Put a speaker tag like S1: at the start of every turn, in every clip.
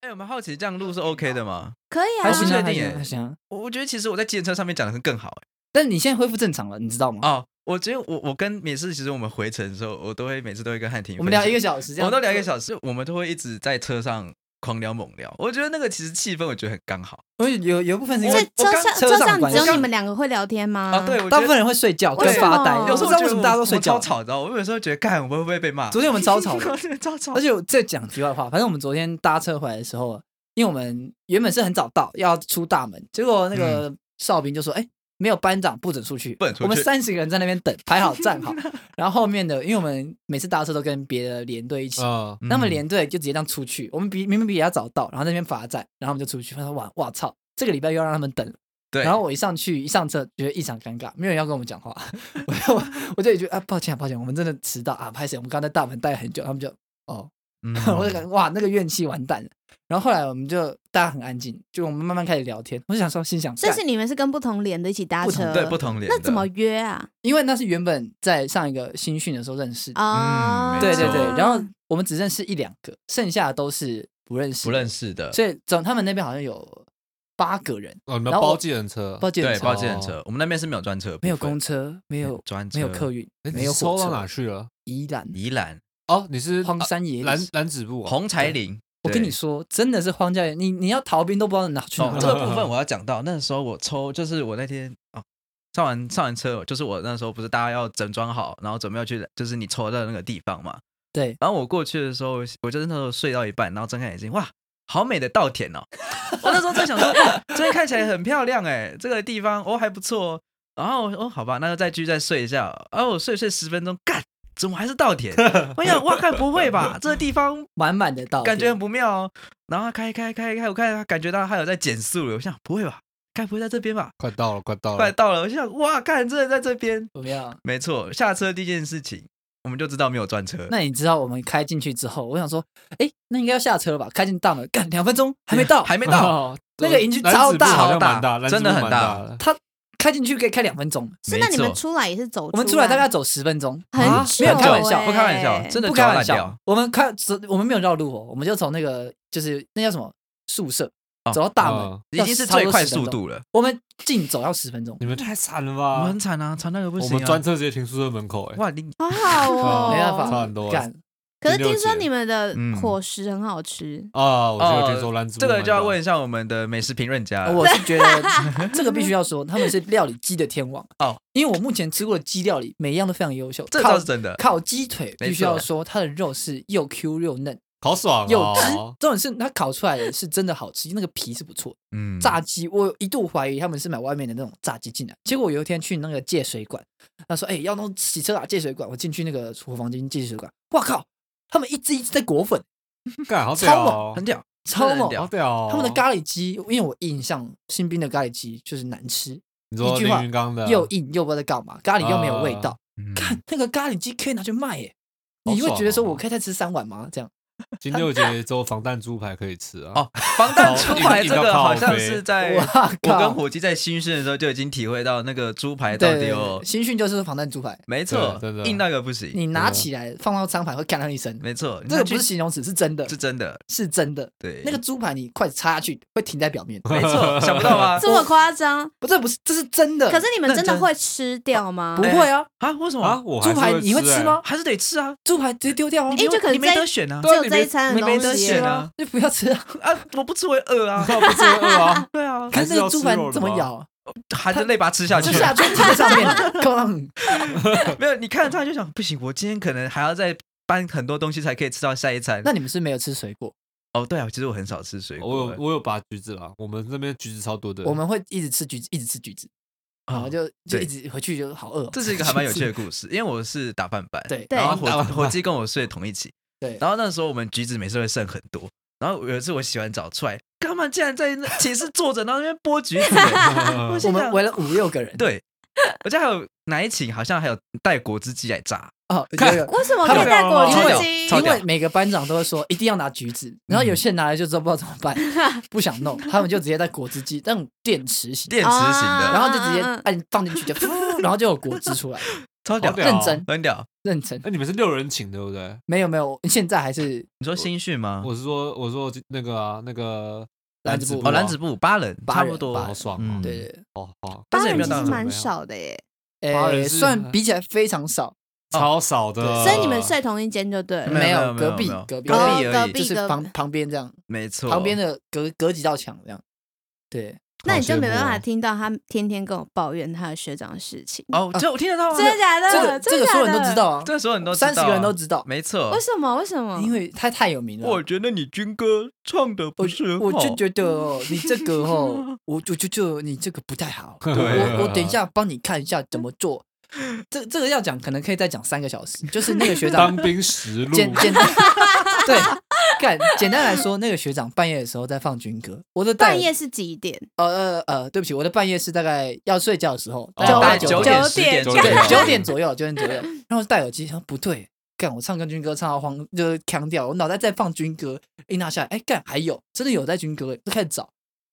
S1: 哎、我蛮好奇，这样录是 OK 的吗？
S2: 可以
S1: 还
S2: 啊，
S1: 是
S3: 行啊，
S1: 确
S3: 还
S1: 定
S3: 行
S1: 耶
S3: 啊，还行啊。
S1: 我我觉得其实我在计程车上面讲的更好、
S3: 但你现在恢复正常了，你知道吗？
S1: 哎哦，我觉得我我跟每次其实我们回程的时候，我都会每次都会跟汉庭
S3: 我们聊一
S1: 个，
S3: 个小时，这
S1: 我
S3: 样
S1: 们都聊一个小时，我们都会一直在车上狂聊猛聊。我觉得那个其实气氛我觉得很刚好
S3: 我有有有一部分是因
S2: 所以
S3: 为
S2: 车
S3: 我
S2: 上
S3: 刚
S2: 车
S3: 车
S2: 上只
S3: 关系
S2: 有你们两个会聊天吗？
S1: 啊。对，，我
S3: 大
S1: 觉
S3: 部
S1: 得
S3: 分人会睡觉
S2: 为
S3: 跟
S2: 什
S3: 发呆，
S2: 么
S3: 我
S1: 有
S3: 不
S1: 时
S3: 知
S1: 候我觉
S3: 道为
S1: 得
S3: 什么大家都
S1: 我
S3: 睡觉
S1: 我超。吵的哦，我有时候觉得，干，我会不会被骂？
S3: 昨天我们超呃吵
S1: 我
S3: 的，
S1: 真的 超吵，嗯
S3: 而且我再讲题外话，反正我们昨天搭车回来的时候，啊因为我们原本是很早到，要出大门，结果那个哨兵就说：“哎、没有班长不准出去。”
S1: 嗯不准出去
S3: 我们三十个人在那边等，排好站 好，然后后面的，因为我们每次搭车都跟别的连队一起，
S4: 啊，
S1: 嗯
S3: 那么连队就直接这样出去，我们比明明比人家早到，然后在那边罚站，然后我们就出去，他说哇哇操，这个礼拜又要让他们等了。
S1: 对，
S3: 然后我一上去一上车，觉得异常尴尬，没有人要跟我们讲话， 我就我就也觉得啊抱歉、啊、抱歉，我们真的迟到啊，拍谁？我们刚才在大门待很久，他们就哦，
S1: 嗯
S3: 我就感觉哇那个怨气完蛋了。然后后来我们就大家很安静，就我们慢慢开始聊天，我就想说心想，
S2: 所以
S3: 干
S2: 是你们是跟不同连的一起搭
S3: 不同
S2: 车，
S1: 对不同连的
S2: 那怎么约啊？
S3: 因为那是原本在上一个新训的时候认识的，
S2: 啊，
S1: 没
S3: 对
S1: 错
S3: 对对，然后我们只认识一两个，剩下的都是不认识
S1: 不
S3: 的
S1: 认识的？
S3: 所以总他们那边好像有八个人，
S4: 哦，你们
S3: 然后我
S4: 包计程车，
S3: 包计程
S1: 对，
S3: 车
S1: 包计程车，我们那边是没有专车的部分，
S3: 没有公车，没有
S1: 专车，
S3: 没有客运，
S4: 哎你
S3: 没有
S4: 是抽
S3: 火
S4: 到
S3: 车
S4: 哪去了？
S3: 宜兰
S1: 宜兰
S4: 哦，你是
S3: 荒
S4: 啊
S3: 山野
S4: 蓝
S3: 岭。
S4: 蓝止步啊，
S1: 红柴林。
S3: 我跟
S1: 对
S3: 你说，真的是荒郊野，你你要逃兵都不知道哪去
S1: 哦
S3: 哪，
S1: 这个 部分我要讲到，那时候我抽，就是我那天哦，上完上完车，就是我那时候不是大家要整装好，然后准备要去，就是你抽到的那个地方嘛。
S3: 对，
S1: 然后我过去的时候，我就是那时候睡到一半，然后睁开眼睛，哇，好美的稻田哦！ 我那时候在想说，哇，这边看起来很漂亮哎，这个地方哦还不错哦。然后我说哦，好吧，那就再继续再睡一下。哦然后我睡睡十分钟，干，怎么还是稻田？ 我想，哇，看不会吧？这个地方
S3: 满满的稻田，
S1: 感觉很不妙哦。然后他开开开开，我看感觉到他有在减速了，我想不会吧，该不会在这边吧？
S4: 快到了，快到
S1: 快
S4: 了，
S1: 到了，我就想哇，看真的在这边，
S3: 怎么样？
S1: 没错。下车第一件事情，我们就知道没有专车，
S3: 那你知道我们开进去之后，我想说，哎，那应该要下车了吧？开进大门，干两分钟还没 到，
S1: 还没到，
S4: 哦
S3: 那个营区
S4: 蓝
S3: 超
S4: 止步
S3: 大
S4: 好
S3: 好
S4: 像
S1: 大
S4: 蛮大，蓝
S1: 真
S4: 止
S1: 的
S4: 步
S1: 很
S4: 蛮
S1: 大
S4: 的
S3: 开进去可以开两分钟，
S2: 是那你
S1: 没
S2: 们
S1: 错
S2: 出来也是走，
S3: 我们出来大概。走十分钟，
S2: 很
S4: 啊
S2: 久
S3: 没有开玩
S2: 欸
S3: 笑
S1: 不开玩笑真的
S3: 不开玩
S1: 脚烂
S3: 笑
S1: 掉，
S3: 我们开走，我们没有绕路哦，我们就从那个就是那叫什么宿舍
S1: 哦
S3: 走到大门
S4: 哦，
S1: 已
S3: 要
S1: 经是
S3: 差不
S1: 最
S3: 多
S1: 快
S3: 10分
S1: 速
S3: 钟
S1: 度了。
S3: 我们近走要十分钟，
S4: 你们太惨了
S1: 我们
S4: 吧
S1: 很！惨啊，惨那个不
S4: 我
S1: 行
S4: 们专
S1: 啊！
S4: 车直接停宿舍门口，哎，
S1: 哇，你
S2: 好好哦，
S4: 哦
S3: 没办
S4: 差
S3: 法
S4: 很多啊
S3: 干。
S2: 可是
S4: 第六
S2: 听说
S4: 节
S2: 你们的
S1: 嗯
S2: 伙食很好吃，
S4: 啊，我就
S1: 哦
S4: 听说蓝止步
S1: 这个
S4: 蛮
S1: 就要
S4: 大
S1: 问一下我们的美食评论家了。
S3: 我是觉得这个必须要说，他们是料理鸡的天王
S1: 哦，
S3: 因为我目前吃过的鸡料理每一样都非常优秀，
S1: 这
S3: 烤
S1: 倒是真的，
S3: 烤鸡腿
S1: 没
S3: 必须要
S1: 错
S3: 说它的肉是又 Q 又嫩
S4: 好爽
S3: 又汁
S4: 哦，，
S3: 重点是它烤出来的是真的好吃，那个皮是不错的。
S1: 嗯，
S3: 炸鸡，我一度怀疑他们是买外面的那种炸鸡进来。结果我有一天去那个借水管，他说：“哎、要弄洗车啊，借水管。”我进去那个厨房间借水管，哇靠，他们一只一只在裹粉，
S4: 干好屌
S3: 超猛
S4: 哦
S1: 很，屌，
S3: 超
S1: 真的很
S3: 猛
S1: 屌
S4: 好屌哦！
S3: 他们的咖喱鸡，因为我印象新兵的咖喱鸡就是难吃，
S4: 你说
S3: 一句话
S4: 凌云刚的
S3: 又硬又不知道在干嘛，咖喱又没有味道。
S1: 啊嗯
S3: 看那个咖喱鸡可以拿去卖耶、
S4: 好
S3: 你会
S4: 爽
S3: 觉得说
S4: 哦
S3: 我可以再吃三碗吗？这样
S4: 金六节只有防弹猪排可以吃啊！
S1: 哦，防弹
S4: 哦
S1: 猪
S4: 一
S1: 排
S4: 一
S1: 这
S4: 定
S1: 个
S4: 要靠
S1: 好像
S4: 背
S1: 是在
S3: 哇
S1: 哎我跟
S3: 靠
S1: 火鸡在新训的时候就已经体会到那个猪排到底
S3: 对
S1: 哦
S3: 对
S1: 有
S3: 对，，新训就是防弹猪排，
S1: 没错
S4: 对真，的
S1: 硬到一个不行，
S3: 你拿
S4: 对啊
S3: 起来放到餐盘会干上一身，
S1: 哦没错，你
S3: 这个
S1: 看
S3: 不
S1: 去
S3: 是形容词，是真的，
S1: 是真的，
S3: 是真的。
S1: 对，
S3: 那个猪排你快插下去会停在表面，
S1: 没错，想不到啊 吧？
S2: 这么夸张？
S3: 不，这不是，这是呃真的。
S2: 可是你们真
S1: 认
S2: 的
S1: 真
S2: 会吃掉吗
S3: 不？会啊，
S1: 啊，为什么
S4: 啊，我还
S3: 猪
S4: 是
S3: 排你会
S4: 会
S3: 吃
S4: 欸？
S3: 吗？
S1: 还是得吃啊？
S3: 猪排直接丢掉啊，
S2: 哎，就可
S1: 你
S2: 能
S1: 没
S2: 在
S1: 得选啊
S2: 只有这一餐
S1: 你
S2: 的
S1: 没
S2: 东
S1: 得
S2: 西
S1: 选
S2: 啊。
S1: 啊！
S3: 就不要吃啊。
S1: 啊，我不吃我也饿 啊！
S4: 我不吃饿啊！
S1: 对啊，
S3: 可
S4: 还
S3: 是
S4: 是
S3: 那个
S4: 要吃
S3: 猪排
S4: 肉的
S3: 怎么
S4: 吗
S3: 咬啊？
S1: 含着泪把它吃下去
S3: 就。下去停在上面，哐！
S1: 没有，你看着它就想，不行，我今天可能还要再搬很多东西才可以吃到下一餐。
S3: 那你们是没有吃水果，
S1: 哦， 对啊，其实我很少吃水
S4: 我
S1: 果
S4: 有。我有拔橘子啊啦，我们那边橘子超多的。
S3: 我们会一直吃橘子，一直吃橘子，然后
S1: 哦
S3: 就就
S1: 对
S3: 一直回去就好饿哦。
S1: 这是一个还蛮有 趣的故事，因为我是打饭班，
S3: 对
S2: 对
S1: 然后
S4: 打
S1: 火
S4: 饭班
S1: 火鸡跟我睡同一起，
S3: 对
S1: 然后那时候我们橘子每次会剩很多，然后有一次我洗完澡出来，干嘛竟然在那寝室坐着，然后在那边剥橘 子欸，
S4: 我
S1: 心
S3: 我们
S1: 想
S3: 围了五六个人，
S1: 对，我记得还有奶请，好像还有带果汁机来榨，
S3: 哦，有
S4: 看
S3: 有
S2: 为什么
S3: 他
S2: 可以
S3: 们
S2: 带果
S1: 超屌
S2: 汁机？
S1: 超
S3: 因
S1: 屌
S3: 为每个班长都会说一定要拿橘子，然后有些人拿来就知道不知道怎么 办，不想弄，他们就直接在果汁机那种电池型，
S1: 电池型的，
S3: 然后就直接
S2: 嗯嗯嗯
S3: 按放进去就噗，然后就有果汁出来。
S1: 超屌
S4: 好，屌哦
S3: 认真
S1: 很屌。
S3: 认真。
S4: 哎，你们是六人请对不对？
S3: 没有没有，现在还是
S1: 你说新训吗？
S4: 我是说，我说那个啊，那个
S3: 男子部
S1: 哦，
S3: 我
S1: 男子部八人，
S3: 八
S1: 差
S3: 人
S1: 不多
S3: 八
S4: 啊好
S3: 人
S4: 爽
S1: 嗯
S4: 哦，
S3: 对对对，
S4: 哦好，
S1: 但
S2: 八
S1: 是也没有
S2: 人其
S1: 到
S2: 实
S1: 很
S2: 蛮
S4: 多
S2: 少的耶，
S3: 呃、
S4: 八人是
S1: 啊
S3: 算比起来非常少，
S4: 超少的。
S3: 对
S2: 所以你们睡同一间就对了。
S1: 没有
S3: 有
S1: 没有
S3: 隔壁
S1: 没有
S3: 隔壁
S1: 隔壁
S2: 哦
S1: 而
S2: 隔
S1: 已
S2: 壁
S3: 就是旁旁边这样，
S1: 没错，
S3: 旁边的隔隔几道墙这样。对，
S2: 那你就没办
S4: 好羡慕
S2: 法
S4: 哦
S2: 听到他天天跟我抱怨他的学长的事情。
S1: 哦，这我听得到啊，
S2: 真的假的？
S3: 这个这
S2: 真
S3: 个
S2: 的
S3: 所
S2: 假
S3: 有
S2: 的？
S3: 人都知道啊，
S1: 这所有人都知道
S3: 三
S1: 啊
S3: 十个人都知道，
S1: 没错
S2: 为。什么？为什么？
S3: 因为他太有名了。
S1: 我觉得你军歌唱的不
S3: 我
S1: 是
S3: 我
S1: 很好
S3: 就觉得哦你这个 哦，我我就就你这个不太好。
S4: 对
S3: 我我
S1: 啊
S3: 等一下帮你看一下怎么做。 这这个要讲，可能可以再讲三个小时。就是那个 学
S4: 当
S3: 长，
S4: 兵实录，
S3: 简简单对，干简单来说，那个学长半夜的时候在放军歌。我的带
S2: 半夜是几点？
S3: 呃呃呃，对不起，我的半夜是大概要睡觉的时候，
S4: 哦
S3: 大概
S1: 九
S3: 九
S1: 点
S2: 九
S1: 十点
S2: 点
S1: 左右
S3: 对九点左右，九点左右。然后戴耳机，然后不对，干我唱跟军歌唱到慌，就是腔调，我脑袋在放军歌，一拿下来，哎干还有，真的有在军歌，就开始找，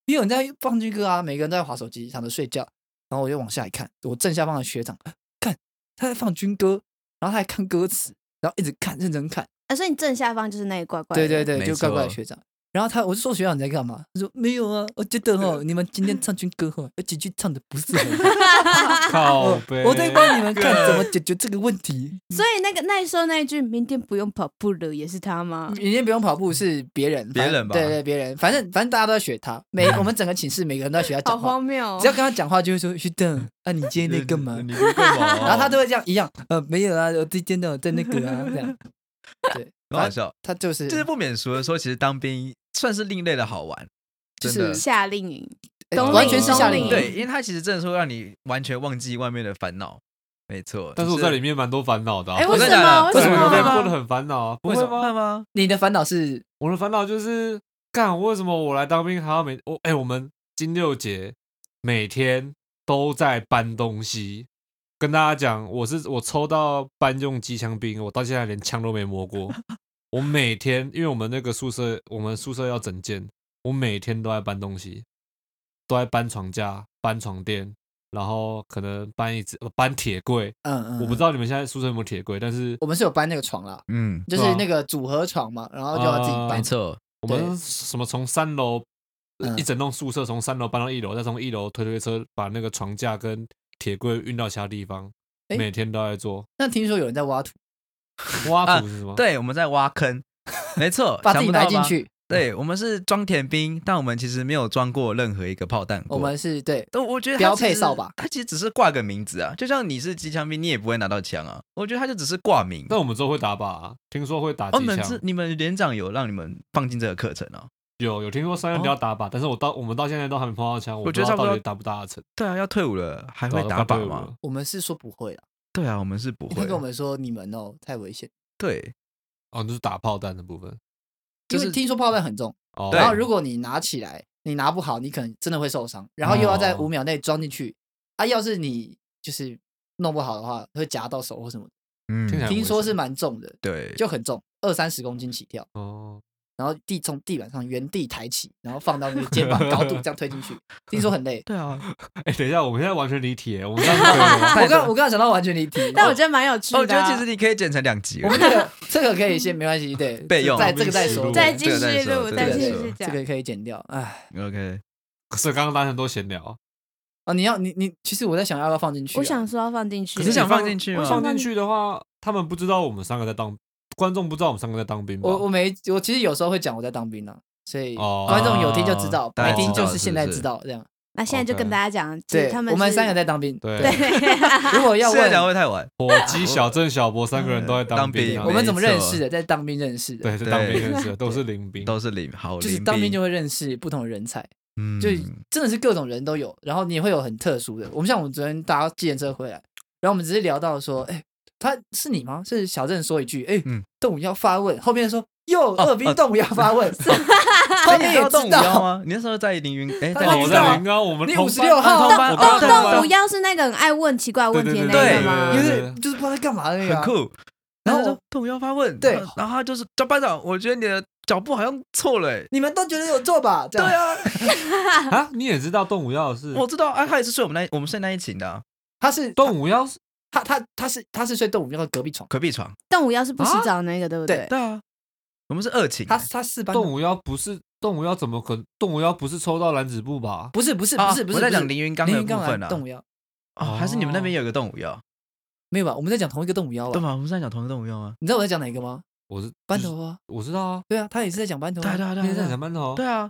S3: 因为有人在放军歌啊，每个人都在划手机，想着睡觉，然后我就往下一看，我正下方的学长，看他在放军歌，然后他还看歌词，然后一直看，认真看，
S2: 啊，所以你正下方就是那一怪怪的。
S3: 对对对，
S1: 没
S3: 就怪怪的
S1: 错
S3: 学长。然后他，我就说学长你在干嘛？他说没有啊，我觉得
S1: 呃
S3: 哦，你们今天唱军歌哦，有几句唱的不是很好，
S4: 靠
S3: 我
S4: 背，
S3: 我在帮你们看怎么解决这个问题。
S2: 所以那个那时候那一句“明天不用跑步了”也是他吗？
S3: 明天不用跑步是别人，
S1: 别
S3: 反
S1: 人吧嗯
S3: 对对，别人，反正反正大家都在学他，每我们整个寝室每个人都在学他
S2: 好
S3: 讲话，
S2: 荒谬哦
S3: 只！要跟他讲话就会说学长， 啊你今天在干嘛？
S1: 你哦在干 嘛？
S3: 然后他都会这样一样，呃没有啊，我今天的在那个啊这 样，对，
S1: 很好笑，
S3: 他就是
S1: 就是不免俗的说，其实当兵算是另类的好玩，
S3: 就
S1: 真
S3: 是
S1: 的。嗯
S2: 夏令营，
S3: 哎
S2: 冬
S3: 完
S2: 令
S3: 全是
S2: 冬
S3: 夏
S2: 令
S3: 令营，
S1: 对，因为他其实真的说让你完全忘记外面的烦恼，没错。
S4: 但是我在里面蛮多烦恼的啊。
S2: 哎，为
S1: 真
S2: 什
S1: 的假
S2: 么？
S1: 的
S2: 为什
S1: 为什么
S4: 我
S1: 会
S4: 被
S1: 吗
S4: 过
S2: 么
S4: 得？很烦恼啊？不
S1: 为
S4: 会
S1: 什
S4: 吗？
S1: 么吗？
S3: 你的烦恼是
S4: 我的烦恼就是，干为什么我来当兵还要每我哎、我们金六节每天都在搬东西。跟大家讲，我是我抽到搬用机枪兵，我到现在连枪都没摸过。我每天，因为我们那个宿舍，我们宿舍要整建，我每天都在搬东西，都在搬床架、搬床垫，然后可能搬一只、呃搬铁柜。
S3: 嗯嗯，
S4: 我不知
S3: 道，
S4: 道你们现在宿舍有没有铁柜，但是
S3: 我们是有搬那个床啦，
S1: 嗯，
S3: 就
S4: 对
S3: 是
S4: 啊
S3: 那个组合床嘛，然后就要自己搬
S4: 啊
S1: 哦没。错，
S4: 我
S3: 对
S4: 们什么从三楼、呃
S3: 嗯
S4: 一整栋宿舍从三楼搬到一楼，再从一楼推推车把那个床架跟铁柜运到其他地方，
S3: 诶
S4: 每天都在做。
S3: 那听说有人在挖土，
S4: 挖土是吗？，
S1: 啊对，我们在挖 坑，没错，
S3: 把
S1: 想
S3: 自己
S1: 不到
S3: 埋进
S1: 吧。
S3: 去。
S1: 对，我们是装填兵，但我们其实没有装过任何一个炮弹过。
S3: 我们是对，
S1: 都我觉得
S3: 标
S1: 它其
S3: 配
S1: 实
S3: 扫把
S1: 它其实只是挂个名字啊，就像你是机枪兵，你也不会拿到枪啊。我觉得它就只是挂名。
S4: 但我们之后会打靶、啊，听说会打
S1: 哦，
S4: 机
S1: 你们
S4: 枪
S1: 是，你们连长有让你们放进这个课程哦？
S4: 有有听说三六要打靶，但是我到我们到现在都还没碰到枪，我
S1: 我
S4: 不
S1: 觉得
S4: 知道
S1: 差不
S4: 到
S1: 多
S4: 底打不打得成，
S1: 对啊，要退伍了还
S4: 对
S1: 会
S4: 啊
S1: 打
S4: 快
S1: 靶
S4: 退伍
S1: 吗
S4: 了？
S3: 我们是说不会了。
S1: 对啊，我们是不会
S3: 他。跟我们说你们哦太危险，
S1: 对，
S4: 哦，就是打炮弹的部分。
S1: 就
S3: 因
S1: 是
S3: 为听说炮弹很重，
S4: 哦，
S1: 对
S3: 然后如果你拿起来，你拿不好，你可能真的会受伤，然后又要在
S4: 哦
S3: 五秒内装进去。啊，要是你就是弄不好的话，会夹到手或什么。
S1: 嗯
S4: 听起来很
S3: 听说
S4: 危险
S3: 是蛮重的，
S1: 对，
S3: 就很重，二三十公斤起跳。
S4: 哦，
S3: 然后地从地板上原地抬起，然后放到那个肩膀高度这样推 进去，听说很累。
S1: 对啊。
S4: 哎、等一下，我们现在完全离题耶，我 们这样子
S3: 我刚我刚刚想到完全离题，
S2: 但我觉得蛮有趣的
S1: 哦
S2: 啊。
S1: 我觉得其实你可以剪成两集
S3: 我
S1: 了
S3: 们。这个这个可以先没关系，对，
S1: 备用
S3: 在这个再说，
S2: 再
S3: 对
S2: 继续
S1: 这个
S2: 录，
S1: 再说
S2: 再
S3: 这个
S2: 继
S3: 再
S2: 续
S1: 说
S3: 这
S2: 讲。
S3: 个可以剪掉。哎，
S1: OK，
S4: 可是刚刚大家都闲聊，
S3: 哦，你要你你，其实我在想要不要放进去啊，
S2: 我想说要放进去，
S1: 你是想
S4: 你
S1: 放进去吗
S4: 放进去的话，他们不知道我们三个在当，观众不知道我们三个在当兵吧？
S3: 我我没我其实有时候会讲我在当兵呢，所以
S4: 哦
S3: 观众有听就知道，
S1: 大家
S3: 没听
S4: 知道
S3: 就是现在
S1: 是不是
S3: 知道这样。
S2: 那现在就
S4: OK
S2: 跟大家讲，就是
S3: 对，
S2: 他们
S3: 我们
S2: 是
S3: 三个在当兵，
S4: 对
S3: 对。 如果要
S1: 现在讲
S3: 问
S1: 会太晚。
S4: 火呃鸡、小郑、小博三个人都在当兵啊、
S1: 当兵
S3: 我们怎么认
S1: 没错
S3: 识的，在当兵认识的，
S4: 对，是当兵认识的，都是临兵。
S1: 都是领好，
S3: 就是
S1: 领
S3: 当兵
S1: 兵
S3: 就会认识不同的人才。
S1: 嗯
S3: 就真的是各种人都有，然后你也会有很特殊的。我们像我们昨天搭计程车回来，然后我们只是聊到说，哎、他是你吗？是小郑说一句，哎、
S1: 嗯
S3: 动武要发问，后面说哟，二兵动武要发问，
S1: 哎
S3: 后面
S1: 你
S3: 也
S1: 知道动
S3: 知
S1: 五幺
S3: 道，
S1: 吗？你那时候在凌云，哎，
S3: 他
S1: 在
S4: 哦，
S1: 凌
S4: 我
S1: 云
S3: 知道
S4: 在
S1: 吗
S4: 临啊，我们
S3: 你
S4: 同
S3: 五十六
S1: 啊
S3: 号
S1: 同，
S2: 动
S1: 班
S2: 动
S1: 哦对
S2: 动
S1: 对
S2: 不要是那个很爱问奇怪问题的
S4: 对
S2: 那
S1: 对
S2: 个吗？
S3: 因
S4: 对
S3: 为就是不知道在干嘛那个、
S1: 很
S3: 啊，
S1: 酷。然
S3: 然
S1: 后
S3: 后我
S1: 说动五幺发问，
S3: 对
S1: 然后然后他就是叫班长，我觉得你的脚步好像错了，哎
S3: 你们都觉得有做吧？这
S1: 对
S3: 样
S1: 啊，
S4: 啊，你也知道动五幺是
S1: 我知道啊，他也是睡我们那我们睡那一寝的啊，
S3: 他是
S4: 动五幺是
S3: 他他他是他是睡动物庙的隔壁床，
S1: 隔壁床。
S2: 动物要是不洗澡那个，对不对？
S1: 对啊，我们是二寝欸，
S3: 他他四班的
S4: 动物妖不是动物妖，怎么可能？动物妖不是抽到蓝子布吧？
S3: 不是不是
S1: 啊
S3: 不是不是，
S1: 我在
S3: 不是
S1: 讲凌云刚
S3: 凌
S1: 的
S3: 云
S1: 部
S3: 刚
S1: 分
S3: 来
S1: 啊
S3: 动物哦妖
S1: 哦，还是你们那边有一个动物药，
S3: 没有吧？我们在讲同一个动物妖
S1: 对
S3: 吧？
S1: 吗？我们是在讲同一个动物药吗？
S3: 你知道我在讲哪一个吗？
S4: 我是
S3: 班，
S4: 就是
S3: 头啊，
S4: 我知道啊，
S3: 对啊，他也是在讲班头
S1: 对
S3: 啊
S1: 啊，对啊对啊
S4: 你也
S1: 对
S4: 在
S1: 啊
S4: 讲班哦头，
S1: 对啊，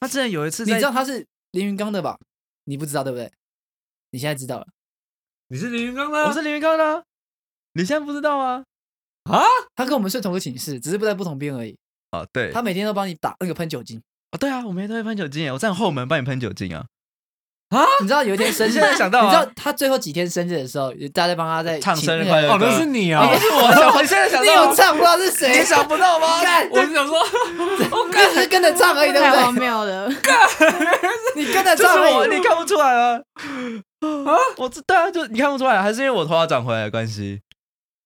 S1: 他之前有一次
S3: 你
S1: 在
S3: 知道他是凌云刚的吧？你不知道对不对？你现在知道了，
S4: 你是林云刚
S1: 我
S4: 吗？
S1: 是凌云刚的啊，你现在不知道吗？
S4: 啊，
S3: 他跟我们睡同个寝室，只是不在不同边而已。
S1: 哦，对，
S3: 他每天都帮你打那个喷酒精。
S1: 哦对啊，我每天都会喷酒精耶，我站后门帮你喷酒精啊，
S3: 你知道有一天生 日，
S1: 现在想到啊
S3: 你知道他最后几天生日的时候，大家在帮他在
S1: 唱
S3: 哎请
S1: 生日
S3: 那个
S1: 快乐
S4: 哦，那是你啊
S1: 哦，不是我唱，我现在想
S3: 你有
S1: 到，
S3: 唱，不知道是谁
S1: 你，想不到吗？
S3: 干
S4: 我是想说，
S3: 我只是跟着唱而已，对
S2: 太
S3: 不
S2: 荒
S3: 对？
S2: 谬了！
S3: 你跟着
S1: 就是
S3: 唱
S1: 我，
S3: 而已
S1: 你。看不出来啊？啊，我知对啊，就你看不出来，还是因为我头发长回来的关系？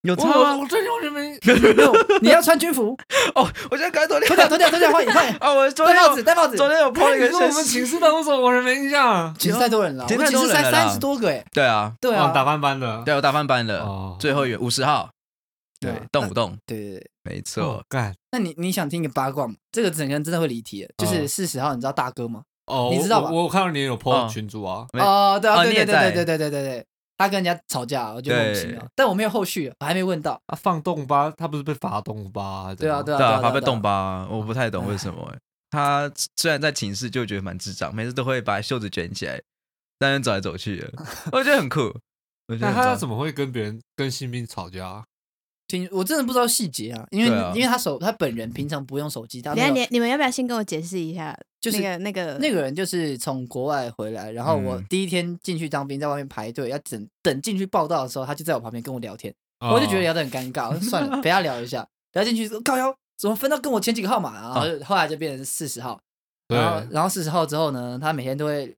S1: 有差
S4: 我
S1: 吗？
S4: 我最近完全没，
S3: 没有你要穿军服，
S1: 哦，我现在改头
S3: 脱掉脱掉脱掉，换你换你，
S1: 啊，我昨
S3: 戴
S1: 天
S3: 帽子
S1: 有
S3: 戴帽 子。
S1: 昨天有 po 了一
S4: 你
S1: 个
S4: 说我
S1: 现
S4: 们
S1: 实，
S4: 寝室办公室我完全没印象，啊
S3: 寝室太多人了，我
S1: 今天太
S3: 们寝
S1: 多
S3: 室
S1: 人了
S3: 才
S1: 啦
S3: 三十多个哎，
S1: 对啊，
S3: 对
S4: 忘
S3: 啊
S4: 了，哦打翻班的，
S1: 对啊我打翻班了，
S4: 哦，
S1: 最后一五十号，
S3: 对啊
S1: 对，动不动，
S3: 对对对。
S1: 没
S4: 哦
S1: 错，
S4: 干
S3: 那你你想听个八卦吗？这个整个人真的会离题了，就是四十号，你知道大哥吗？
S4: 哦，
S3: 你
S4: 我
S3: 知道吧
S4: 我我看到你有
S1: 哦
S4: po 群主啊，
S1: 没
S3: 哦，对
S1: 啊
S3: 啊，对
S1: 你也
S3: 对
S1: 在
S3: 对对对对对对，他跟人家吵架，我就莫名其妙
S1: 对，
S3: 但我没有后续，我还没问到。
S4: 他啊放洞吧，他不是被罚洞吧？
S3: 对啊，对啊，
S1: 对啊，
S3: 啊，
S1: 他被
S3: 对啊
S1: 冻。吧，我不太懂为什么欸。他虽然在寝室就觉得蛮智障，每次都会把袖子卷起来，在那边走来走 去的，我觉得很酷。我觉得
S4: 那
S1: 很
S4: 他
S1: 赞
S4: 怎么会跟别人跟新兵吵架？
S3: 听，我真的不知道细节啊，因为
S1: 对啊
S3: 因为他手他本人平常不用手机，他
S2: 等
S3: 没
S2: 一下
S3: 有
S2: 你你们要不要先跟我解释一下？
S3: 就是
S2: 那个那个
S3: 那个人就是从国外回来，然后我
S1: 嗯
S3: 第一天进去当兵，在外面排队要等等进去报道的时候，他就在我旁边跟我聊天，我
S1: 哦
S3: 就觉得
S4: 哦
S3: 聊得很尴尬，我说算了，陪他聊一下。聊进去说高腰怎么分到跟我前几个号码啊，然后就后来就变成四十号，
S4: 对
S3: 然后然后四十号之后呢，他每天都会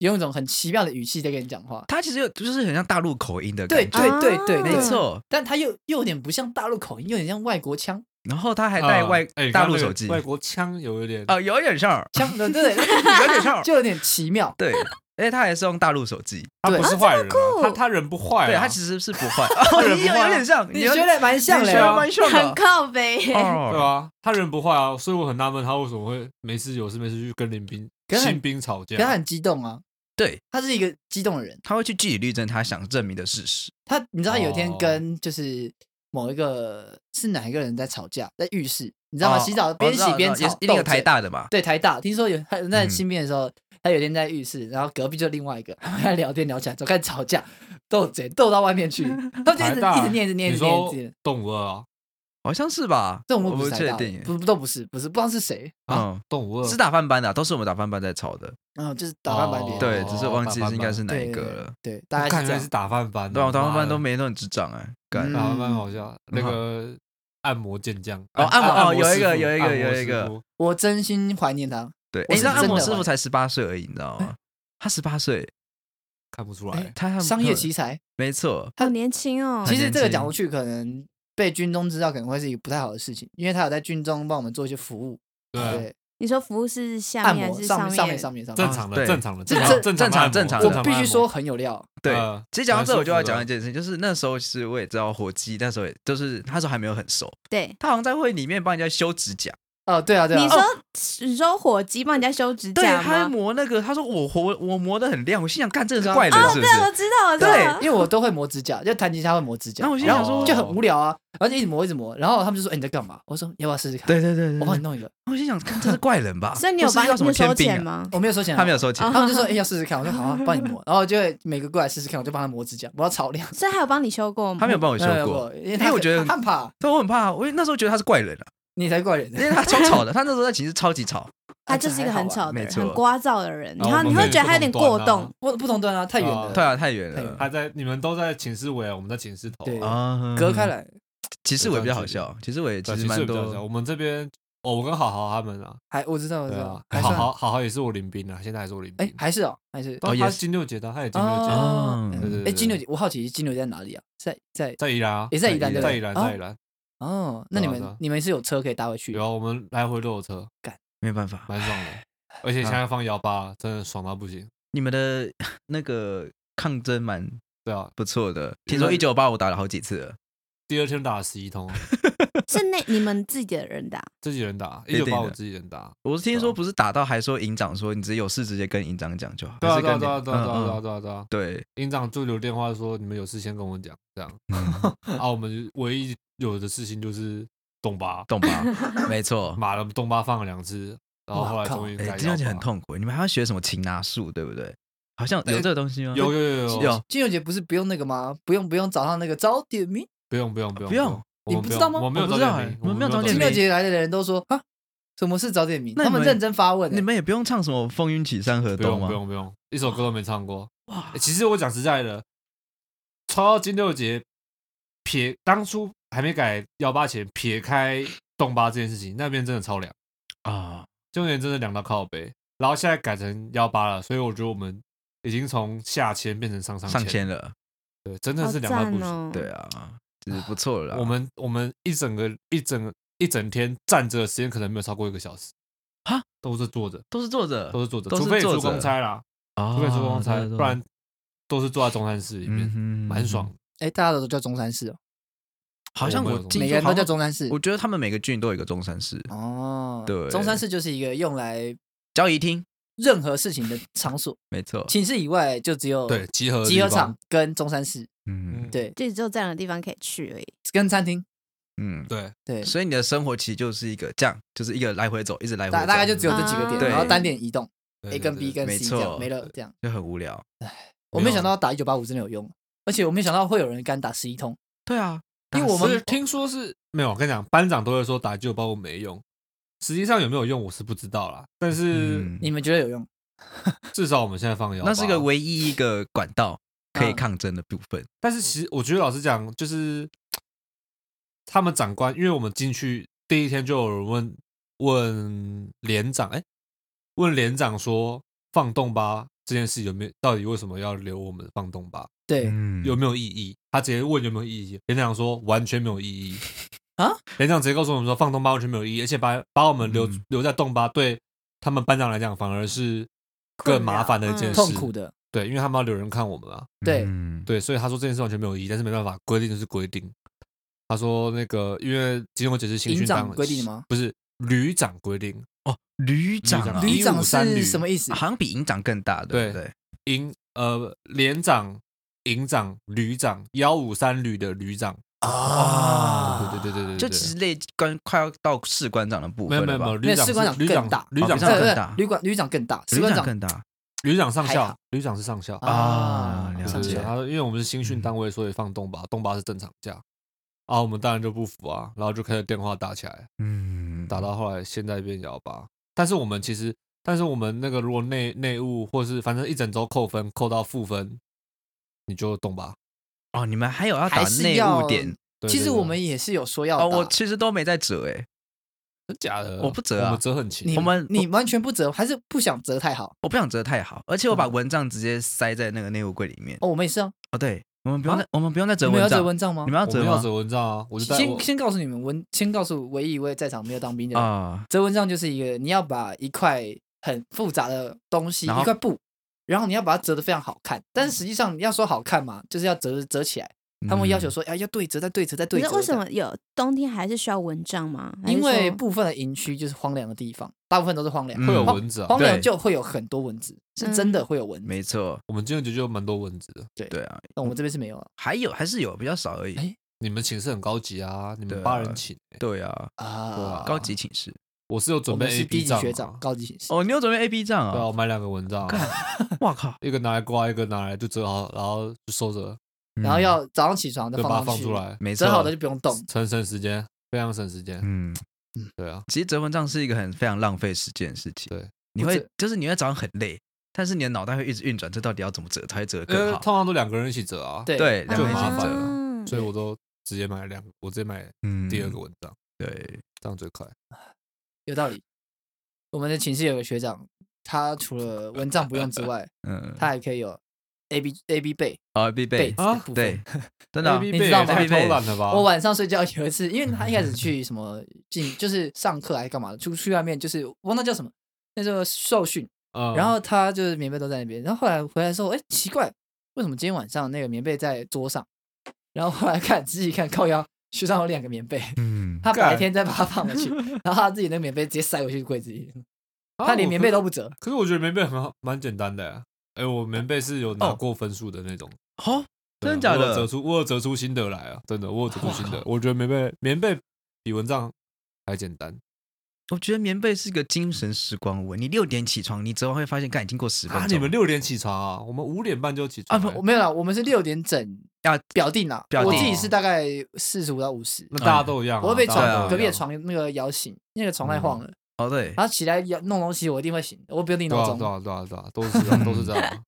S3: 用一种很奇妙的语气在跟你讲话，
S1: 他其实有就是很像大陆口音的
S3: 对
S1: 感觉，
S3: 对对对，
S1: 没
S3: 对，
S1: 错。
S3: 但他又又有点不像大陆口音，又有点像外国腔。
S1: 然后他还带外
S4: 啊哎你
S1: 大
S4: 看
S1: 陆
S4: 那个
S1: 手机，
S4: 外国腔有一点
S1: 啊，有点像儿，
S3: 像对对，
S1: 有点 像儿，
S3: 就有点奇妙。
S1: 对。而且他还是用大陆手机，
S4: 他
S3: 对
S4: 不是坏人啊、
S2: 酷
S4: 他他人不坏、啊，
S1: 对他其实是不 坏，哦
S4: 人
S1: 你
S4: 不
S1: 有
S4: 坏啊
S1: 有点像，
S3: 你
S1: 有
S3: 学的蛮像
S1: 你
S3: 的
S1: 学
S4: 啊
S1: 的
S3: 哦，
S1: 蛮像
S2: 很
S1: 的，
S2: 靠北，
S4: 对
S1: 哦，
S4: 啊，他人不坏啊，所以我很纳闷他为什么会没事有事没事去跟林兵
S3: 可是很
S4: 新兵吵
S3: 可是他
S4: 架。
S3: 很激动啊，
S1: 对，
S3: 他是一个激动的人。
S1: 他会去据理力争他想证明的事实，
S3: 他你知道他有一天
S4: 哦
S3: 跟就是某一个是哪一个人在吵架，在浴室，你知道吗？
S1: 哦
S3: 洗澡
S1: 哦
S3: 边
S1: 知
S3: 洗
S1: 道
S3: 边
S1: 知道
S3: 吵，
S1: 也是一个
S3: 斗
S1: 台
S3: 争
S1: 大的嘛，
S3: 对台大，听说有他在
S1: 嗯
S3: 新兵的时候，他有一天在浴室，然后隔壁就另外一个在聊天聊起来，之后开始吵架斗嘴，斗到外面去，他们就一直
S4: 台大
S3: 一直念一直念
S4: 你
S3: 一直念一
S4: 说
S3: 直念，
S4: 动物二啊，
S1: 好像是吧？
S3: 这种
S1: 我
S3: 我不
S1: 不
S3: 是台
S1: 确
S3: 大的
S1: 定，
S3: 不都不是不是不知道是谁，
S1: 嗯，
S4: 动物二
S1: 是打翻班的啊，都是我们打翻班在吵的，
S3: 然后就是打扮白脸，
S1: 对，
S4: 哦
S1: 只是忘记
S4: 打翻班
S1: 应该是哪
S3: 对
S1: 一个了。
S3: 对，
S4: 我
S3: 大概
S4: 看
S3: 是
S4: 起
S3: 这
S4: 来
S3: 样
S4: 是。打饭班啊，
S1: 对啊，我打翻班
S4: 妈的
S1: 都没那种智障哎，干
S3: 嗯
S4: 打饭班好笑，那个按摩健将
S1: 哦按摩哦
S4: 摩
S1: 有一
S4: 师
S1: 个
S4: 傅
S1: 有一个
S4: 按摩
S1: 有一
S4: 师
S1: 个
S4: 傅
S3: 我真心怀念他，
S1: 对，哎诶你
S3: 我是
S1: 知道按
S3: 真
S1: 摩
S3: 的
S1: 师
S3: 怀
S1: 傅才十八岁而已，你知道 吗？他十八岁，
S4: 看不
S3: 哎
S4: 出来，
S1: 他他
S3: 商业奇才。
S1: 没错，
S2: 好年轻哦。
S3: 其
S1: 很
S3: 实
S1: 年
S3: 这个
S1: 轻
S3: 讲出去，可能被军中知道，可能会是一个不太好的事情，因为他有在军中帮我们做一些服务，
S4: 对，啊
S3: 对，
S2: 你说服务是下
S3: 按
S2: 面还
S3: 摩
S2: 是
S3: 上上面
S2: 面？
S3: 上面上
S4: 正
S3: 面，
S4: 常
S1: 对
S4: 的正常的
S3: 这
S4: 常
S3: 这
S4: 正按摩啊
S1: 正常
S4: 正
S1: 的
S4: 常
S3: 我必须
S4: 按摩
S3: 说很有料，
S1: 对
S4: 呃。
S1: 其实讲到这，我就要讲一
S4: 蛮舒服
S1: 件事情，就是那时候其实我也知道火鸡，那时候也就是他那时候还没有很熟，
S2: 对，
S1: 他好像在会里面帮人家修指甲，
S3: 哦，对啊，对
S2: 你
S3: 啊，
S2: 说
S3: 哦
S2: 你说火鸡帮人家修指
S1: 对，他
S2: 甲
S1: 还
S2: 吗？
S1: 磨那个，他说我活我磨的很亮，我心想干这个是
S3: 对啊
S1: 怪人
S2: 哦，
S1: 是不
S2: 对，我
S1: 是？
S2: 知道，我知
S1: 对
S2: 道
S3: 因。为我都会磨指甲，就弹吉他会磨指甲，
S1: 然后我心
S3: 然
S1: 想
S3: 后
S1: 说
S3: 就很无聊啊，然后就一直磨一直磨，然后他们就说：“哎，你在干嘛？”我说：“要不要试试看？
S1: 对对对对，
S3: 我帮你
S1: 对
S3: 弄一个。
S1: 我心想看这是怪人吧？
S2: 所以你有
S1: 不是
S2: 帮
S1: 遇到什
S2: 你
S1: 么
S2: 有收
S1: 天病
S2: 钱
S1: 啊？
S2: 吗”？
S3: 我没有收钱啊，
S1: 他没有收钱
S2: 哦，
S3: 他们就说：“哎，要试试看。”我说：“好啊，帮你磨。”然后就会每个过来试试看，我就帮他磨指甲，我要超亮。
S2: 所以他有帮你修过吗？
S1: 他没有帮我修 过，，
S3: 因为
S1: 因为
S3: 他
S1: 我觉得
S3: 他很怕
S1: 但我很怕，我那时候觉得他是怪人啊，
S3: 你才怪人
S1: 因，为他超吵的，他那时候在寝室超级吵，
S2: 他就是一个很吵的
S1: 没
S2: 人，
S1: 错
S2: 很聒噪的人，然
S4: 然后
S2: 后
S4: 我
S2: 你
S4: 们
S2: 会
S4: 也
S2: 觉得
S4: 不
S2: 他有点
S4: 同段
S2: 过
S4: 啊
S2: 动。
S3: 不不同段啊，太远了，
S1: 对啊，太远
S3: 太远
S1: 了
S3: 了
S4: 他在你们都在寝室围，我们在寝室头
S3: 对
S4: 啊
S1: 啊，
S3: 隔开。来。
S1: 其实我也比较好笑，其实我也
S4: 对
S1: 其实
S4: 寝室
S1: 蛮
S4: 比较小
S1: 多，
S4: 我们这边哦，我跟好好他们啊，
S3: 还我知道，我知
S4: 对
S3: 道
S4: 啊，，
S3: 还
S4: 好
S3: 算
S4: 好好好也是我领兵啊，现在还是我领兵
S3: 哎，，还是哦，还是
S4: 对啊
S1: 哦也
S4: 他
S1: 是
S4: 金六姐的，他也金六姐，
S3: 哦
S1: 对
S4: 对对
S3: 嗯
S4: 对
S3: 哎，金牛姐，我好奇金牛姐在哪里啊？在在
S4: 在宜兰啊，
S3: 也在宜
S1: 在
S3: 兰
S1: 宜
S3: 对不
S4: 在
S3: 对
S4: 宜兰，
S3: 哦
S4: 在宜兰，
S3: 哦，那
S4: 对
S3: 你
S4: 啊对啊
S3: 们你们是有车可以搭回去
S4: 有啊，我们来回都有车，
S1: 没办法。
S4: 蛮爽
S3: 啊
S4: 的，
S1: 啊
S4: 而且现在放幺八，真的爽到不行。
S1: 你们的那个抗争蛮
S4: 对啊，
S1: 不错的。听说一九八五打了好几次了，
S4: 第二天打了十一通啊，
S2: 是那你们自己的啊人打、
S4: 自己人打，一
S1: 一
S4: 九
S1: 定的
S4: 八五自己人打，
S1: 我是听说不是打到还说营长说你只有事直接跟营长讲就好，
S4: 对啊
S1: 还是
S4: 对啊
S1: 跟
S4: 对啊
S1: 你
S4: 对啊
S1: 嗯
S4: 对啊对啊
S1: 嗯
S4: 对啊对啊，
S1: 对，
S4: 营长就留电话说你们有事先跟我讲，这 样
S1: 嗯
S4: 啊，我们唯一有的事情就是东巴，
S1: 懂吧？ 没错。
S4: 马了东巴放了两次，然后后来终于
S1: 哎，
S4: 改
S1: 金牛
S4: 掉
S1: 姐很
S4: 吧。
S1: 痛苦，你们还要学什么擒拿术，对不对？好像有
S4: 啊哎
S1: 这个东西吗？
S4: 有有有有
S1: 有，
S3: 金牛节不是不用那个吗？不用不用，早上那个早点名。
S4: 不用不用不用
S1: 不用，
S4: 我们
S3: 你不知道吗
S4: 我没有
S1: 我不
S4: 早
S1: 知道
S4: 点
S1: 哎
S4: 名，
S1: 我们没有早点
S3: 金
S1: 名
S3: 牛节来的人都说啊，什么是早点名？
S1: 那
S3: 他
S1: 你们
S3: 们认真发问、欸。
S1: 你们也不用唱什么“风云起山河
S4: 不
S1: 东”
S4: 用不
S1: 吗？
S4: 用不用，一首歌都没唱过。
S1: 哇
S4: 欸，其实我讲实在的，抽到金六节，撇当初还没改幺八前，撇开洞八这件事情，那边真的超凉，
S1: 啊，
S4: 就那边真的凉到靠背。然后现在改成幺八了，所以我觉得我们已经从下签变成上上
S1: 上
S4: 签，
S1: 千了，
S4: 对，真的
S2: 好
S4: 是凉到不
S2: 赞
S4: 行。
S2: 哦！
S1: 对啊，就是不错了啦。
S4: 我们我们一整个一整个一整天站着的时间可能没有超过一个小时，
S1: 哈，
S4: 都是坐着，
S1: 都是坐着，
S4: 都是坐着，哦
S1: 都是
S4: 除非你出
S1: 坐着
S4: 公差啦，
S1: 啊
S4: 除非出公差，
S1: 对对对
S4: 不然都是坐在中山市里面，
S1: 嗯哼
S4: 蛮爽的。
S3: 哎、大家都叫中山市哦，
S1: 好像
S4: 我
S1: 我
S4: 们有
S1: 进
S3: 每个人都叫中山市
S1: 我。觉得他们每个郡都有一个中山市
S3: 哦，
S1: 对
S3: 中山市就是一个用来
S1: 交易厅，
S3: 任何事情的场所，
S1: 没错。
S3: 寝室以外就只有
S4: 对，集合的
S3: 集合
S4: 地方
S3: 场，跟中山市，
S1: 嗯
S3: 对，
S2: 就只有这两个地方可以去而已。
S3: 跟餐厅，
S1: 嗯，
S4: 对，
S3: 对，
S1: 所以你的生活其实就是一个这样，就是一个来回走，一直来回
S3: 大
S1: 走
S3: 大概就只有这几个点，
S1: 对
S3: 然后单点移动
S4: 对
S3: ，A 跟 B 跟
S1: 没
S3: C 这
S1: 错
S3: 样没了这样。
S1: 就很无聊。
S3: 我没想到打一九八五真的有用，而且我没想到会有人敢打十一通，
S1: 对啊，
S3: 因为我
S4: 我们
S3: 们
S4: 听说是没有，我跟你讲，班长都会说打九包我没用，实际上有没有用我是不知道啦，但是
S1: 嗯
S3: 你们觉得有用？
S4: 至少我们现在放摇，
S1: 那是个。唯一一个管道可以
S3: 嗯
S1: 抗争的部分。
S4: 但是
S1: 嗯
S4: 其实我觉得老实讲，就是他们长官，因为我们进去第一天就有人问问连长，哎、问连长说放洞吧这件事有没有到底为什么要留我们放洞吧？
S3: 对，
S1: 嗯
S4: 有没有意义？他直接问有没有意义，连长说完全没有意义
S3: 啊！
S4: 连长直接告诉我们说放东巴完全没有意义，而且把把我们留、
S1: 嗯
S4: 留在东巴，对他们班长来讲反而是更麻烦的一件事，
S3: 痛苦。的，
S4: 对，因为他们要留人看我们啊，
S3: 对
S1: 嗯
S4: 对，所以他说这件事完全没有意义，但是没办法，规定就是规定。他说那个因为金融解释新训
S3: 营长
S4: 当
S3: 规定的吗？
S4: 不是旅长规定，
S1: 哦，旅长啊，
S4: 旅
S3: 旅长
S4: 153旅
S3: 是什么意思？
S1: 好像比营长更大，对不
S4: 对
S1: 对？
S4: 营呃连长、营长、旅长，幺五三旅的旅长。哦
S1: 啊
S4: 对对对对对，
S1: 就
S4: 对
S1: 其实类关快要到士官长的部
S4: 没有
S1: 分了
S4: 没有没
S1: 吧
S4: 有，？
S3: 没
S4: 旅
S3: 有
S4: 长
S3: 士官
S4: 是
S3: 长
S4: 旅
S3: 更
S4: 长
S3: 大
S4: 旅
S1: 哦
S4: 长
S1: 比
S4: 是
S1: 上
S3: 对
S1: 更
S3: 对
S1: 大，
S3: 旅馆旅长更大，士
S1: 旅
S3: 官
S1: 长
S3: 长
S1: 更大
S4: 旅长上
S3: 还
S4: 校
S3: 好，
S4: 旅长是上校
S3: 啊嗯
S1: 了
S4: 对对
S3: 上
S4: 对
S1: 解
S3: 校
S4: 然后因为我们是新训单位，所以放东巴，东巴是正常假。啊，我们当然就不服啊，然后就开始电话打起来，
S1: 嗯，
S4: 打到后来现在变幺八。但是我们其实，但是我们那个如果内内务或是反正一整周扣分，扣到负分，你就东巴。
S1: 哦，你们还有要打
S3: 还是
S1: 内
S3: 要
S1: 务点。
S4: 对
S3: 其实
S4: 对
S3: 我
S4: 对
S3: 们也是有说要
S1: 哦，
S3: 打
S1: 我其实都没在折哎，
S4: 真假的，
S1: 我不折啊
S4: 呃我们折很勤
S3: 你
S1: 我。们
S3: 你完全不折，还是不想折太好
S1: 我不想折太好，而且我把蚊帐直接塞在那个内务柜里面。
S3: 嗯哦。我们也是啊，
S1: 哦，对，我们不用再
S3: 啊
S1: 我们不用再折
S3: 你们要
S1: 蚊
S3: 折
S1: 帐，
S3: 蚊帐吗
S1: 你？们要
S4: 我
S1: 折
S4: 们要
S1: 吗？
S4: 折文章啊，我就带我
S3: 先先告诉你们，蚊先告诉唯一一位在场没有当兵的人，
S1: 啊，
S3: 折蚊帐就是一个你要把一块很复杂的东西，
S1: 然后
S3: 一块布，然后你要把它折得非常好看。但是实际上你要说好看嘛，就是要折折起来。他
S1: 嗯
S3: 们要求说，哎，要对折，再对折，再对
S2: 你
S3: 折
S2: 知
S3: 这
S2: 道
S3: 样。
S2: 为什么有冬天还是需要蚊帐吗？还是
S3: 因为
S2: 说
S3: 部分的营区就是荒凉的地方，大部分都是荒凉，
S1: 嗯
S4: 会有
S1: 嗯
S4: 蚊子啊
S3: 荒。
S1: 对
S3: 凉就会有很多蚊子，是真
S2: 嗯
S3: 的会有蚊子。
S1: 没错，
S4: 我们今天就就蛮多蚊子的。
S1: 对啊，
S3: 那我们这边是没有了
S1: 还有还是有比较少而已。
S3: 哎
S4: 你们寝室很高级啊，你
S1: 对
S4: 们
S1: 啊
S4: 八人寝欸、
S1: 对啊，
S3: 啊。
S1: 高级寝室。
S4: 我是有
S3: 我
S4: 准备
S3: 们
S4: A
S3: 是低
S4: B
S3: 级
S4: 账、
S3: 学长，高级形式。
S1: 哦，你有准备 A B 账
S4: 对啊，
S1: 啊？
S4: 我买两个蚊帐啊、
S1: 哇靠！
S4: 一个拿来挂，一个拿来就折好，然后就收着，
S1: 嗯
S3: 然后要早上起床再
S4: 就把它
S3: 放上
S4: 放
S3: 去
S4: 出，来，
S1: 没错，
S3: 折好的就不用动。
S4: 省省时间，非常省时间。
S1: 嗯，
S4: 对啊，
S1: 其实折蚊帐是一个很非常浪费时间的事情。
S4: 对，
S1: 你
S3: 不
S1: 会
S3: 止
S1: 就是你会早上很累，但是你的脑袋会一直运转，这到底要怎么折才会折得
S4: 因为
S1: 更好？
S4: 呃通常都两个人一起折啊，，
S3: 呃对
S1: 对，
S4: 就
S1: 两个人一
S4: 麻
S1: 起
S4: 烦
S1: 折，
S2: 啊
S4: 所以我都直接买两个，我直接买
S1: 嗯
S4: 第二个蚊帐，
S1: 对，
S4: 这样最快。
S3: 有道理。我们的寝室有个学长，他除了蚊帐不用之外，
S1: 嗯，
S3: 他还可以有 A B A B 背
S1: 哦必备
S3: 被子的部
S1: 对
S3: 分。，
S1: 真的
S4: A
S1: 啊
S4: B
S3: 你
S4: 背
S3: 知道
S4: 也
S3: 吗
S4: 太
S1: A B
S4: 偷懒了吧？
S3: 我晚上睡觉有一次，因为他一开始去什么进，就是上课还是干嘛的，出去外面就是我忘了叫什么，那时候受训，
S4: 嗯
S3: 然后他就是棉被都在那边，然后后来回来的时候，哎，奇怪，为什么今天晚上那个棉被在桌上？然后后来看仔细看，靠腰桌上有两个棉被，
S1: 嗯，
S3: 他白
S4: 干
S3: 天再把它放回 去，然后他自己那个棉被直接塞回去柜子里，他连
S4: 啊
S3: 棉被都不。
S4: 我
S3: 折。
S4: 可是可是我觉得棉被很好，蛮简单的呀。哎，我棉被是有拿过分数的那种，
S1: 哦，
S4: 对啊
S1: 真的假
S4: 我有折
S1: 的？
S4: 出我有折出心得来啊，真的，我有折出心
S1: 哇
S4: 得。我觉得棉被棉被比蚊帐还简单。
S1: 我觉得棉被是个精神时光屋。欸你六点起床，你折完会发现，干已经过十分钟
S4: 啊，
S1: 了。
S4: 你们六点起床啊？我们五点半就起
S3: 啊
S4: 床
S3: 不，
S4: 欸
S3: 我没有啦，我们是六点整
S1: 啊
S3: 表定啦，
S1: 表
S3: 我
S1: 定
S3: 自己是大概四十五到五十，
S4: 哦那大家都一样啊。
S3: 我会被
S4: 大家
S1: 对
S3: 床
S1: 啊
S4: 都
S3: 隔壁的
S4: 一样
S3: 床那个摇醒，那个
S4: 嗯
S3: 床太晃了，
S1: 哦对，
S3: 然后起来摇弄东西，我一定会醒，我不用定
S4: 对
S3: 闹
S4: 啊，对
S3: 钟。
S4: 啊，对啊，对啊，都是这样，都是这样啊。哎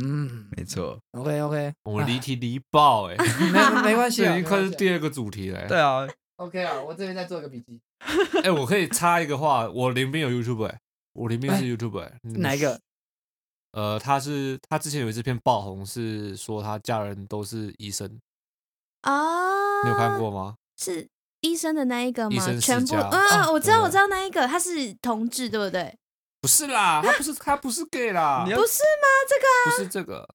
S3: 嗯
S1: 没错，
S3: ，OK OK，
S4: 我们离题离爆 哎，
S3: 没没关系啊，
S4: 这已经快
S3: 没关
S4: 是
S3: 系啊
S4: 第二个主题了欸。
S1: 对啊，
S3: OK 啊，我这边再做一个笔记。
S4: 哎，我可以插一个话，我林斌有 YouTube 哎，我林斌是 YouTube 哎，你们
S3: 哪一个？
S4: 呃，他是他之前有一支片爆红，是说他家人都是医生，
S2: 啊，
S4: 你有看？过吗？
S2: 是医生的那一个
S4: 医
S2: 吗？
S4: 生
S2: 全
S4: 世
S2: 部
S4: 家
S2: 啊，
S4: 哦
S2: 我知道，
S4: 对
S2: 我知道那一个，他是同志，对不对？
S4: 不是啦，他不是他不是 gay 啦
S1: 你，要
S2: 不是吗？这个
S4: 不是这个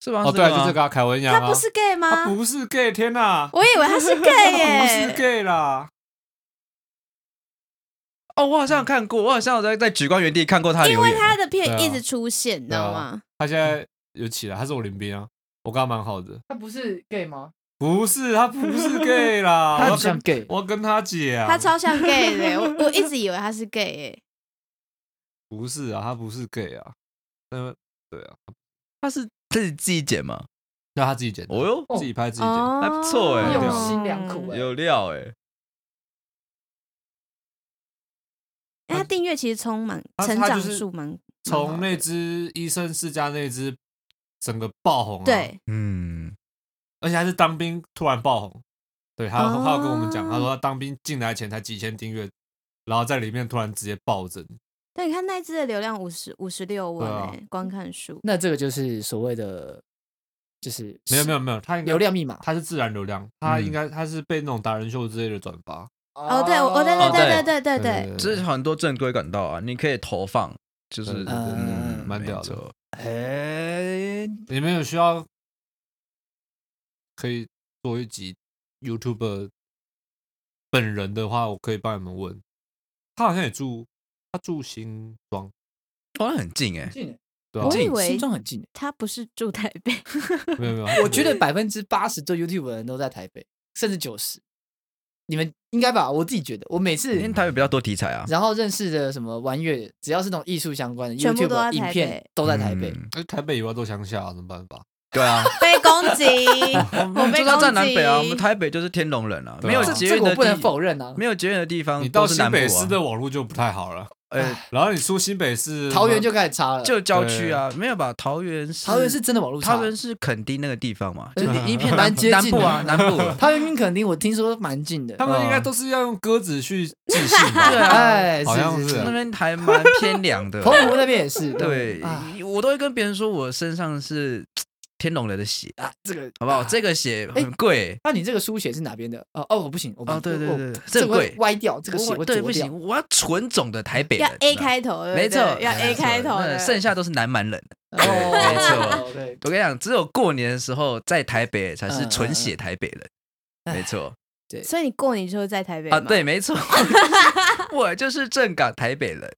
S1: 是吗？
S4: 哦，对啊，就这
S1: 是吗
S4: 个啊凯文杨
S2: 他
S4: 啊
S2: 不，是 gay
S4: 他
S2: 吗？
S4: 不是 gay，天哪，
S2: 我以为他是 gay
S4: 他不是
S2: 耶。
S4: gay 啦，
S1: 哦，我好像有看过，我好像有在在举光原地看过他的
S2: 因
S1: 留
S2: 为
S1: 言。
S2: 他的片
S4: 对啊
S2: 一直出现，你知
S4: 对啊
S2: 道吗？
S4: 他现在有起来，他是我林斌啊，我跟他蛮好的，
S3: 他不是 gay 吗？不
S4: 不是他不是 gay 啦，我
S3: 他
S4: 要
S3: 很像
S4: 跟
S3: gay，
S4: 我要跟他啊讲，
S2: 他超像 gay 的耶， 我我一直以为他是 gay 耶。
S4: 不是啊，他不是 gay 啊，那对啊，
S1: 他是这是自己剪吗？
S4: 那他自己剪的，
S1: 哦哟，
S4: 自己 拍自己剪，
S2: 哦
S1: 还不错耶
S4: 用
S3: 心良苦耶
S1: 有料哎，
S2: 哎他订阅其实充满
S4: 他
S2: 成
S4: 他
S2: 长
S4: 就是
S2: 数蛮，
S4: 从
S2: 蛮好
S4: 那只医生世家那只整个爆红、
S2: 的，
S4: 啊，
S2: 对，
S1: 嗯，
S4: 而且还是当兵突然爆红。对，他有、
S2: 哦
S4: 他有跟我们讲，他说他当兵进来前才几千订阅，然后在里面突然直接暴增。
S2: 但你看那一支的流量五十五十六万
S4: 对啊
S2: 哎，观看数
S3: 那这个就是所谓的，就是
S4: 没有没有没有，他应该
S3: 流量密码。
S4: 他是自然流量，他
S1: 嗯
S4: 应该他是被那种达人秀之类的转发。
S2: 哦，对，我对对对对对对对，
S4: 对
S1: 这是很多正规管道啊，你可以投放，就是
S4: 对对对
S3: 对
S1: 嗯
S4: 蛮屌的
S1: 没错
S3: 哎，
S4: 你们有需要可以做一集 YouTuber 本人的话，我可以帮你们问。他好像也住，他住新庄，
S1: 哇，那很近哎，
S3: 近耶，
S4: 对吧、
S2: 我以
S3: 近，欸
S2: 为
S3: 新庄很近耶。
S2: 他不是住台北，
S4: 没有没有，他
S3: 我觉得
S4: 住
S3: 百分之八十做 YouTube 的人都在台北，甚至九十。你们应该吧？我自己觉得，我每次
S1: 因为台北比较多题材啊，
S3: 然后认识的什么玩乐，只要是那种艺术相关的
S2: 全部都在
S3: YouTube
S2: 台北
S3: 影片，都在台北。
S1: 嗯，
S4: 哎台北以外都乡下、啊，怎么办法？
S1: 对啊，
S2: 被攻击，
S1: 我
S2: 我
S1: 们
S2: 被
S1: 就是要站南北啊，我
S2: 攻
S1: 们
S2: 击。
S1: 台北就是天龙人啊，
S4: 对啊
S1: 没有
S3: 这
S1: 捷
S3: 这
S1: 运
S3: 个我
S1: 的
S3: 不能
S1: 地，
S3: 否认啊。
S1: 没有捷运的地方，
S4: 你到
S1: 是
S4: 新
S1: 南部
S4: 北市
S1: 啊
S4: 的网络就不太好了，
S1: 哎，
S4: 然后你出新北市，
S3: 桃园就开始差了，
S1: 就郊区啊，没有吧？桃园是
S3: 桃园是真的网络差，
S1: 桃园是垦丁那个地方嘛，
S3: 就
S1: 就是
S3: 一片蛮
S1: 南
S3: 接
S1: 南
S3: 近
S1: 部 啊，
S3: 的。
S1: 南部。
S3: 桃园跟垦丁我听说蛮近的
S4: 他，们应该
S1: 嗯
S4: 都是要用鸽子 去寄信
S1: 对
S4: 吧？
S1: 啊
S3: 哎，
S4: 好像
S3: 是
S4: 是
S1: 那边还蛮偏凉 的。
S3: 澎湖那边 也是，
S1: 对
S3: 啊，
S1: 我都会跟别人说我身上是天龙人的血，
S3: 啊，这个
S1: 好不好？
S3: 啊
S1: 这个血
S3: 哎
S1: 很贵
S3: 那你这个书写是哪边的？哦哦，我不行，我不
S1: 哦，对对
S3: 我
S1: 对，这
S3: 这
S1: 很
S3: 个会
S1: 贵，
S3: 歪掉，这个血
S1: 我
S3: 会
S1: 对
S3: 浊
S1: 不
S3: 掉
S1: 行，我要纯种的台北
S2: 要
S1: 人
S2: A，开头，对不
S1: 没错，
S2: 对啊要 A
S1: 没错
S2: 开头
S1: 那
S2: 的，
S1: 剩下都是南蛮人。
S3: 哦，
S1: 没错
S3: 对，
S1: 我跟你讲，只有过年的时候在台北才是
S3: 嗯
S1: 纯血台北人，
S3: 嗯
S1: 没错
S2: 所以你过年就会在台北
S3: 哎
S1: 啊，
S2: 吗
S1: 对，，没错，我就是正港台北人。